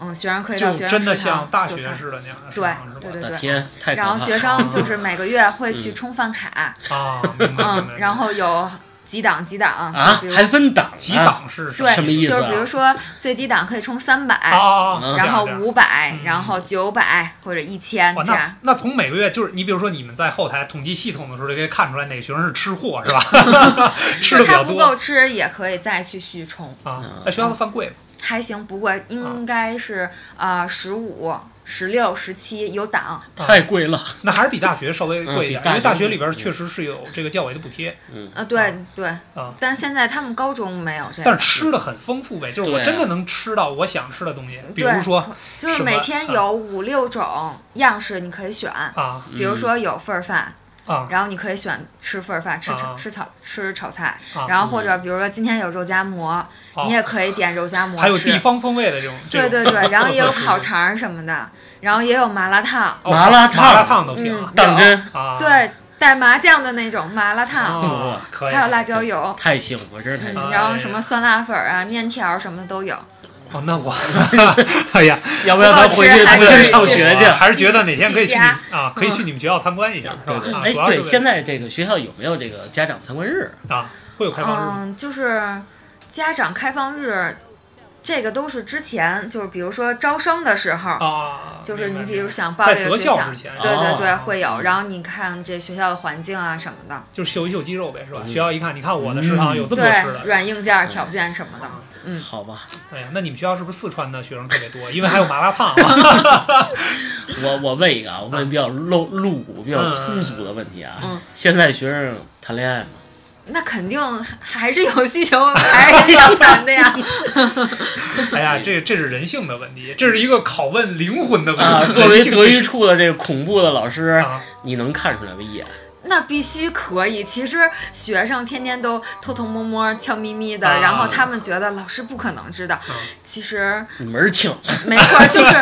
嗯，学生可以到就学生真的食像堂大就学餐似的那样的食对堂是吧？对对我的对。天，太可然后怕学了生就是每个月会去嗯充 饭卡，啊，明白明白。嗯，然后有几档几档啊比，如还分档几啊档是什么对，什么意思啊就是比如说最低档可以充三百、啊啊啊，嗯然后这样。这样五百、嗯然后九百或者一千哇，这样那。那从每个月就是你比如说你们在后台统计系统的时候，就可以看出来哪个学生是吃货是吧？ 吃的比就他较不多够吃也可以再去续充，嗯啊。那学校的饭贵吗？还行，不啊过应该是啊十五、十六、十七有档。太贵了，那还是比大学稍微嗯贵比一点，大因为大学学贵里边嗯确实是有这个教委的补贴，嗯，呃，对对啊，但现在他们高中没有这但个是。吃的很丰富呗，就是我对啊真的能吃到我想吃的东西，比对如说就是什么每天有五六种样式你可以选，嗯啊比如说有份儿饭，啊然后你可以选吃份儿饭、吃炒啊吃炒吃炒菜，啊然后或者比如说今天有肉夹馍，哦你也可以点肉夹馍还有吃地方风味的这种，这对种对 对，然后也有特色烤肠儿什么的，然后也有麻辣烫，哦麻辣麻辣烫烫都行嗯啊，当真，啊，对，带麻酱的那种麻辣烫，啊，可以，还有辣椒油，太幸福，真是太幸嗯福。然后什么酸辣粉儿啊、面条儿什么的都有。哦，那我，哎呀，嗯要不要咱回去重新上学去？还是觉得哪天可以去喜你家啊，可以去你们学校参观一下，是对对，吧？啊，哎主要是对，为啊现在这个学校有没有这个家长参观日？嗯啊，会有开放日吗？嗯，就是家长开放日。这个都是之前就是比如说招生的时候，啊，就是明你白比明如白想报在这择个学校校之，前，对对对哦会有。然后你看这学校的环境啊什么的，就是秀一秀肌肉呗，是吧？嗯学校一看，你看我的食堂有这么多对吃的，软硬件条件什么的。嗯好吧，哎呀，那你们学校是不是四川的学生特别多？因为还有麻辣烫 啊。我我问一个啊，我问比较露露骨、比较嗯粗俗的问题啊。嗯现在学生谈恋爱吗？ 那肯定还还是有 需求，还是要谈的呀。哎呀，这这是人性的问题，这是一个拷问灵魂的啊，问题。作为德人育性处的这个恐怖的老的师，啊，你能看出来吗？一眼那必须可以。其实学生天天都偷偷摸摸、悄咪咪的，啊然后他们觉得老师不可能知道。嗯其实你门儿清。没错 儿，就是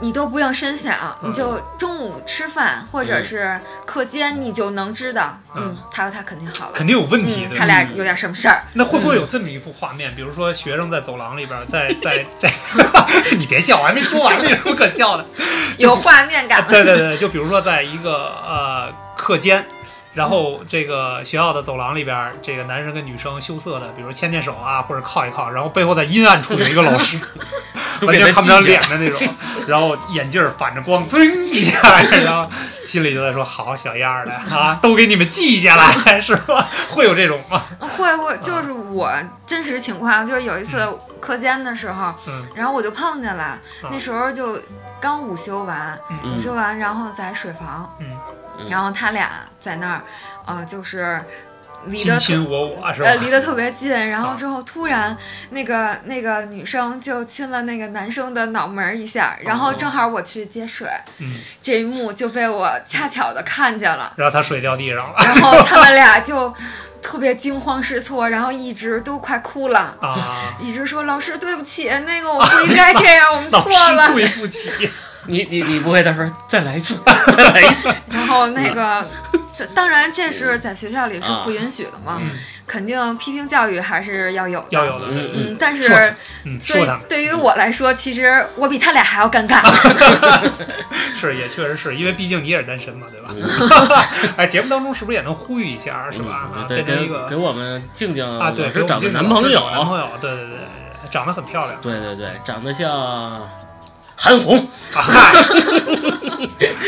你都不用深想，嗯你就中午吃饭或者是课间，你就能知道，嗯嗯，他和他肯定好了，肯定有问题嗯，的。他俩嗯有点什么 事儿。那会不会有这么一幅画面？比如说学生在走廊里边，在在在， 你别笑，我还没说完呢，有什么可笑的？有画面感了。对对对，就比如说在一个呃课间，然后这个学校的走廊里边儿，这个男生跟女生羞涩的，比如牵牵手啊，或者靠一靠，然后背后在阴暗处有一个老 师，都完给全他看不了记下脸的那种，然后眼镜儿反着光，噌一下，然后心里就在说：“好小样儿的啊，都给你们记下来，是吧？”会有这种吗？会会，就是我真实情况，啊就是有一次课间的时候，嗯然后我就碰见了，那时候就刚午休完，午嗯休完然后在水房，嗯嗯然后他俩在那儿，呃，就是离亲得亲特。我我是吧呃，？离得特别近，然啊后之后突然，那个那个女生就亲了那个男生的脑门儿一下，然哦后正好我去接水，嗯，这一幕就被我恰巧的看见了，然后他水掉地上了然后他们俩就特别惊慌失措，然后一直都快哭了，啊，一直说老师对不起，那个我不应该这样，我们老 错师 了。对不起。你你你不会再说再来一 次，再来一次？然后那个，这当然这是在学校里是不允许的嘛，嗯，肯定批评教育还是要有的。要有的，对对对嗯，但说是嗯，说嗯他对们对于我来说，其实我比他俩还要 尴尬。是也确实是因为毕竟你也是单身嘛，对吧？嗯 哎，节目当中是不是也能呼吁一下，是吧？啊，对，变成一给给个我们静静啊，老对，师给我找们个介绍男朋是找男友，啊朋友，对对对，长得很漂 亮对对对，长得像韩红，啊，嗨，啊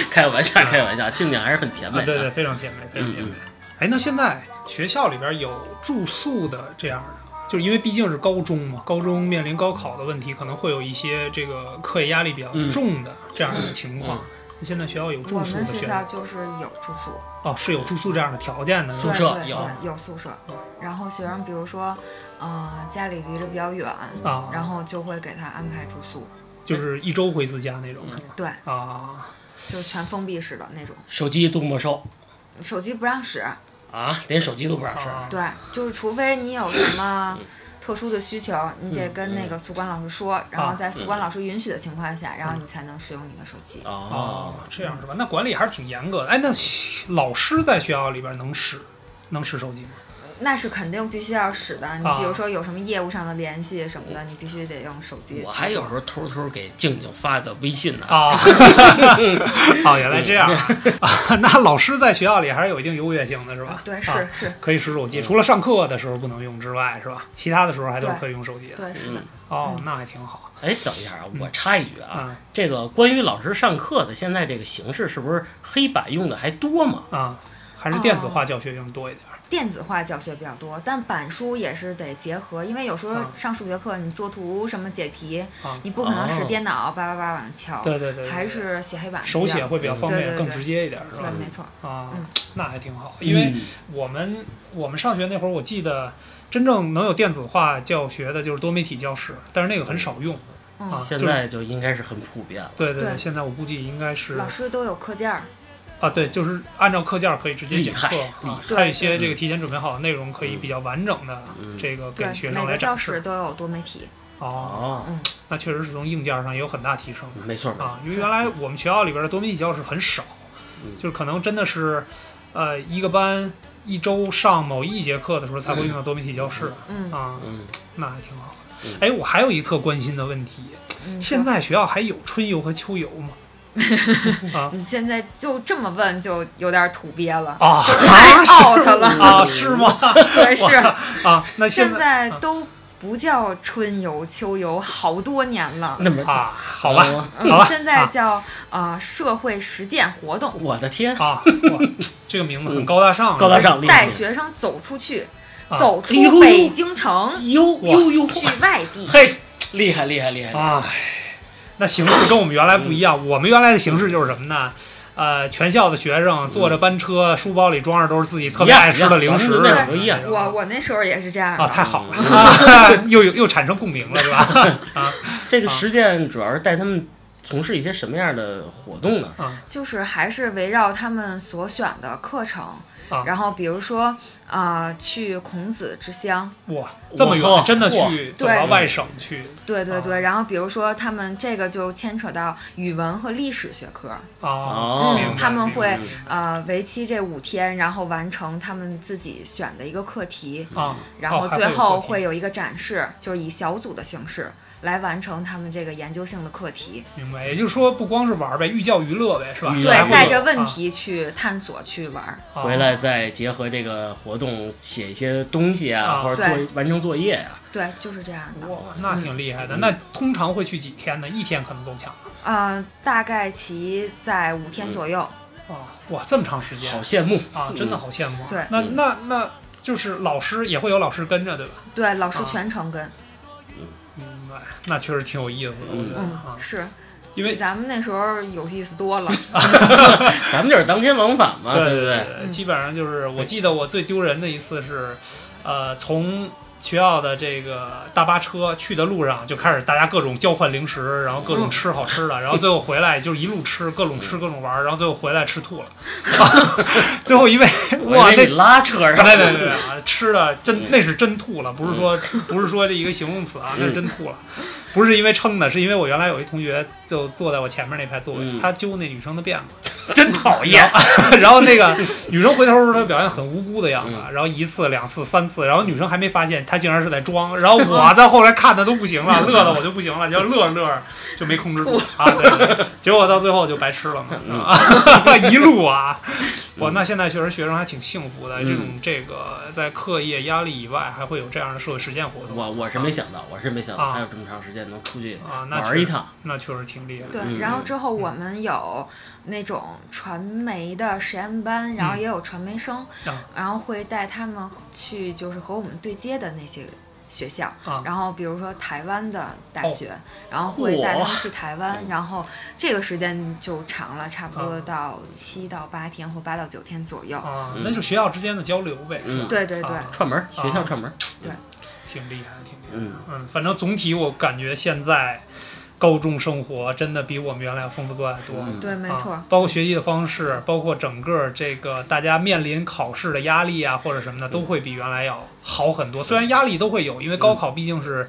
开玩笑啊开玩笑，静静还是很甜美对的对，。非常甜美，非嗯常甜美嗯。，哎，那现在学校里边有住宿的这样的，就是因为毕竟是高中嘛，高中面临高考的问题，可能会有一些这个课业压力比较嗯重的这样的情况。嗯那现在学校有我住宿的们学学校校就是有住宿，哦，是有住宿这样的条件的，宿是舍吧对对有对有宿舍，然后学生比如说，呃，家里离着比较远，啊，然后就会给他安排住宿，就是一周回一次家那种，是吧对，啊，就全封闭式的那种，手机都没收手机不让使。啊，连手机都不让收。啊对，就是除非你有什么特殊的需求，你得嗯跟那个宿管老师说，然啊后在宿管老师允许的情况下，嗯然后你才能使用你的手机。哦哦，，这样是吧？那管理还是挺严格的。哎，那老师在学校里边能使能使手机吗？那是肯定必须要使的。你啊比如说有什么业务上的联系什么的，你必须得用手机。我还有时候偷偷给静静发个微信呢。 啊，哦，原来这样啊！嗯啊那老师在学校里还是有一定优越性的，是吧啊，？对，啊是是，可以使手嗯机，除了上课的时候不能用之外，是吧？其他的时候还都是对可以用手机的。对嗯是的。哦，那还挺好哎，等一下啊嗯，我插一句啊，啊这个关于老师上课的现在这个形式，是不是黑板用的还多吗？啊，还是电子化教学用多一点儿电子化教学比较多，但板书也是得结合，因为有时候啊上数学课你作图什么解题，啊。你不可能使哦电脑叭叭叭往上敲，对对对对，哦还对是写黑板比手较写会比较方对便，对更对直接一点儿，是对，吧？没错。啊嗯，那还挺好，因为嗯我们我们上学那会儿，我记得真正能有电子化教学的就是多媒体教室，但是那个很少用嗯啊。现就是在就应该是很普遍了。对对对现在我估计应该是老师都有课件儿，啊，对，就是按照课件儿可以直接讲课厉害嗯啊厉，害还有一些这个提前准备好的内容可以比较完整的嗯这个对给学，每生来个教展室示。都有多媒体。哦，哦，那确实是从硬件上也有很大提升没错没错。啊，因为原来我们学校里边的多媒体教室很少，嗯就是可能真的是呃一个班一周上某一节课的时候才会用到多媒体教室嗯啊。嗯，那还挺好嗯。的哎，我还有一特关心的问题，嗯，现在学校还有春游和秋游 吗？啊你现在就这么问就有点土鳖了，啊 太 out 了。啊，是吗？对，是啊，那现现在都不叫春游秋游，好多年了。那么啊，好吧，呃好嗯，吧，现在叫啊社会实践活动，我的天，啊，哇，这个名字很高大上啊，嗯高大上厉害带学生走出去，啊走哎呦出北京城，哟哇哟哟，去外地。嘿，厉害厉害厉害！啊。那形式跟我们原来不一嗯样，我们原来的形式就是什么呢？呃，全校的学生坐着班车，书包里装着都是自己特别爱吃的零食嗯嗯一样一样咱们那会儿都一样我我那时候也是这样啊，的，太好了，啊、嗯 又有又产生共鸣了，是吧？这个啊实践主要是带他们从事一些什么样的活动呢？就是还是围绕他们所选的课程啊，然后比如说啊去孔子之乡，哇，这么哇远，真的哇去走到对外省去对对啊对，然后比如说他们这个就牵扯到语文和历史学科，啊？嗯哦，明白他们会嗯呃为期这五天，然后完成他们自己选的一个课题，啊，然哦后还最会有后课题会有一个展示，就是以小组的形式来完成他们这个研究性的课题。明白，也就是说不光是玩儿呗，寓教于乐呗，是吧？嗯对，来回带有着问题去探索去玩儿。啊回来再结合这个活动写一些东西啊，啊或者对做完成作业啊。对，就是这样的。哇，那挺厉害的。嗯那通常会去几天呢？一天可能够呛呃，大概其在五天左右。啊！哇，这么长时间好羡慕，啊，真的好羡慕啊。嗯对那嗯那那就是老师也会有老师跟着，对吧？对，老啊师全程跟。明白，哎那确实挺有意思的，我觉得啊嗯，，是因比为咱们那时候有意 思多了。咱们就是当天往返嘛，啊对对不对？对，嗯基本上就是我记得我最丢人的一次是，呃，从学校的这个大巴车去的路上就开始大家各种交换零食，然后各种吃好吃 的，然后最后回来就是一路吃各种嗯吃各种玩儿，然后最后回来吃吐了， 最后一位我哇以那为。你拉车上，对对对啊，吃的真嗯那是真吐了，不是说不是说这一个形容词啊，那是嗯真吐了，不是因为撑的，是因为我原来有一同学就坐在我前面那排座位，嗯他揪那女生的辫子， 真讨厌。然后 那个女生回头时候，她表现很无辜的样子，嗯然后一次、两次、三次，然后女生还没发现她竟然是在 装，然后我到后来看她都不行了，乐的我就不行了，就乐着乐着就没控制住啊，对对对结果到最后就白吃了嘛， 嗯啊 一路啊，哇，嗯那现在确实学生还挺幸福的，嗯这种这个在课业压力以外还会有这样的社会实践活动我我是没想到，我是没想到啊还有这么长时间能出去啊，那玩确一实趟。那确实挺厉害的，对，嗯然后嗯之后我们有那种传媒的实验班，然后嗯也有传媒生啊，然后会带他们去就是和我们对接的那些学校啊，然后比如说台湾的大哦学，然后会带他嚯们去台湾，然后这个时间就长了，差不多到七到八天或八到九天左右。啊嗯，那就学校之间的交流呗，是吧嗯？对对对，啊串门儿，学校串门儿，挺厉害的，挺厉害的。嗯，嗯，反正总体我感觉现在高中生活真的比我们原来丰富多太多。嗯对，没错啊，包括学习的方式，包括整个这个大家面临考试的压力啊，或者什么的，都会比原来要好很多。虽然压力都会有，因为嗯高考毕竟是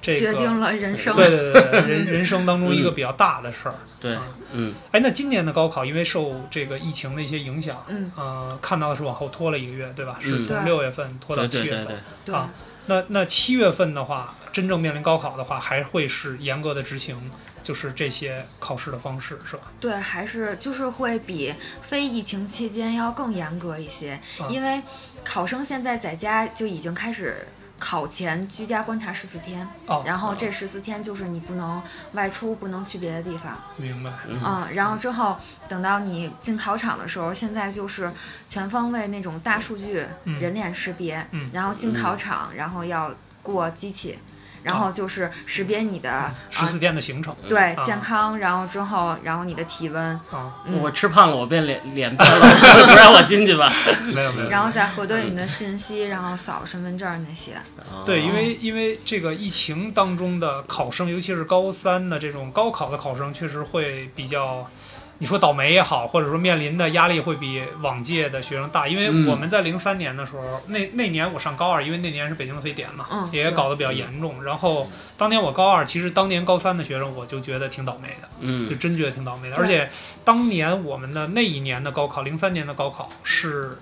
这个决定了人生。对对对 对人人生当中一个比较大的事儿。对，嗯，哎，那今年的高考因为受这个疫情的一些影响，嗯，呃，看到的是往后拖了一个月，对吧？是嗯从对六月份拖到对七对月份。对对，对啊那那七月份的话，真正面临高考的话，还会是严格的执行，就是这些考试的方式，是吧？对，还是就是会比非疫情期间要更严格一些，啊因为考生现在在家就已经开始考前居家观察十四天，哦，然后哦这十四天就是你不能外出，不能去别的地方，明白。嗯，嗯，然后之后等到你进考场的时候，现在就是全方位那种大数据、嗯人脸识别，嗯哦然后进考场，然后要过机器。然后就是识别你的啊、十四天的行程对啊健康，然后之后，然后你的体温，啊，嗯我吃胖了，我变脸脸变了， 不让我进去吧。没有没有。然后再嗯核对你的信息，然后扫身份证那些。哦对，因为因为这个疫情当中的考生，尤其是高三的这种高考的考生，确实会比较，你说倒霉也好，或者说面临的压力会比往届的学生大。因为嗯我们在零三年的时候，那那年我上高二，因为那年是北京的非典嘛，嗯也对搞得比较严重。然后当年我高二，其实当年高三的学生，我就觉得挺倒霉的。就嗯，真觉得挺倒霉的。对而且当年我们的那一年的高考，零三年的高考是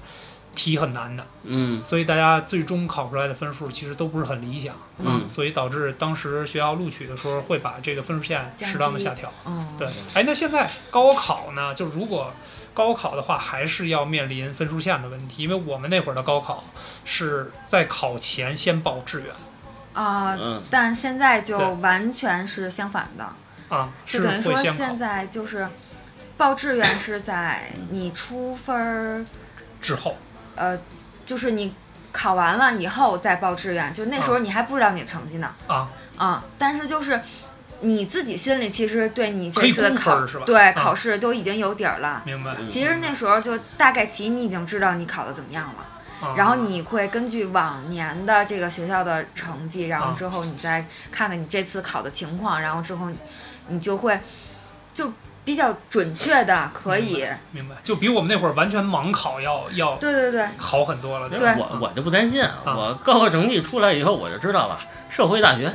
题很难的，嗯所以大家最终考出来的分数其实都不是很理想，嗯所以导致当时学校录取的时候会把这个分数线降适当的低下调。嗯，对，哎，那现在高考呢？就如果高考的话，还是要面临分数线的问题，因为我们那会儿的高考是在考前先报志愿，啊、嗯，但现在就对完全是相反的，啊，就是等于会说先考现在就是报志愿是在你出分儿，之后，呃，就是你考完了以后再报志愿，就那时候嗯你还不知道你的成绩呢。啊啊，但是就是。你自己心里其实对你可这以次的估分考儿是吧对啊考试都已经有底儿了，明白。嗯其实那时候就大概其你已经知道你考的怎么样了，啊然后你会根据往年的这个学校的成绩，然后之后你再看看你这次考的情况，然后之后你就会就比较准确的可以，嗯明白，就比我们那会儿完全盲考要要对对对，好很多了。其实吧对我我就不担心，啊、啊我高考成绩出来以后我就知道了，社会大学，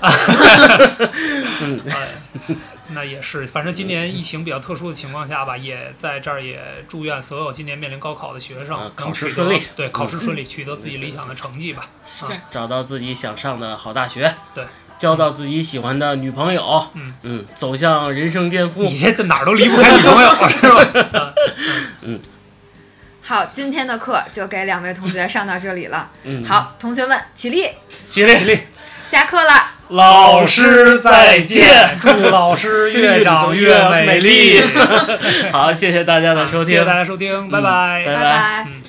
嗯，哎，那也是，反正今年疫情比较特殊的情况下吧，也在这儿也祝愿所有今年面临高考的学生啊能考试取得顺利，对，考试顺利，嗯取得自己理想的成绩吧。啊对找到自己想上的好大学，对，交到自己喜欢的女朋友，嗯走向人生巅峰你。这哪儿都离不开女朋友是吧？啊好，今天的课就给两位同学上到这里了。嗯，，好，同学们起立，起立，下课了。 老师再见，嗯祝老师 越长越美丽。 好，谢谢大家的收谢听谢，大家收听，拜嗯拜拜拜嗯。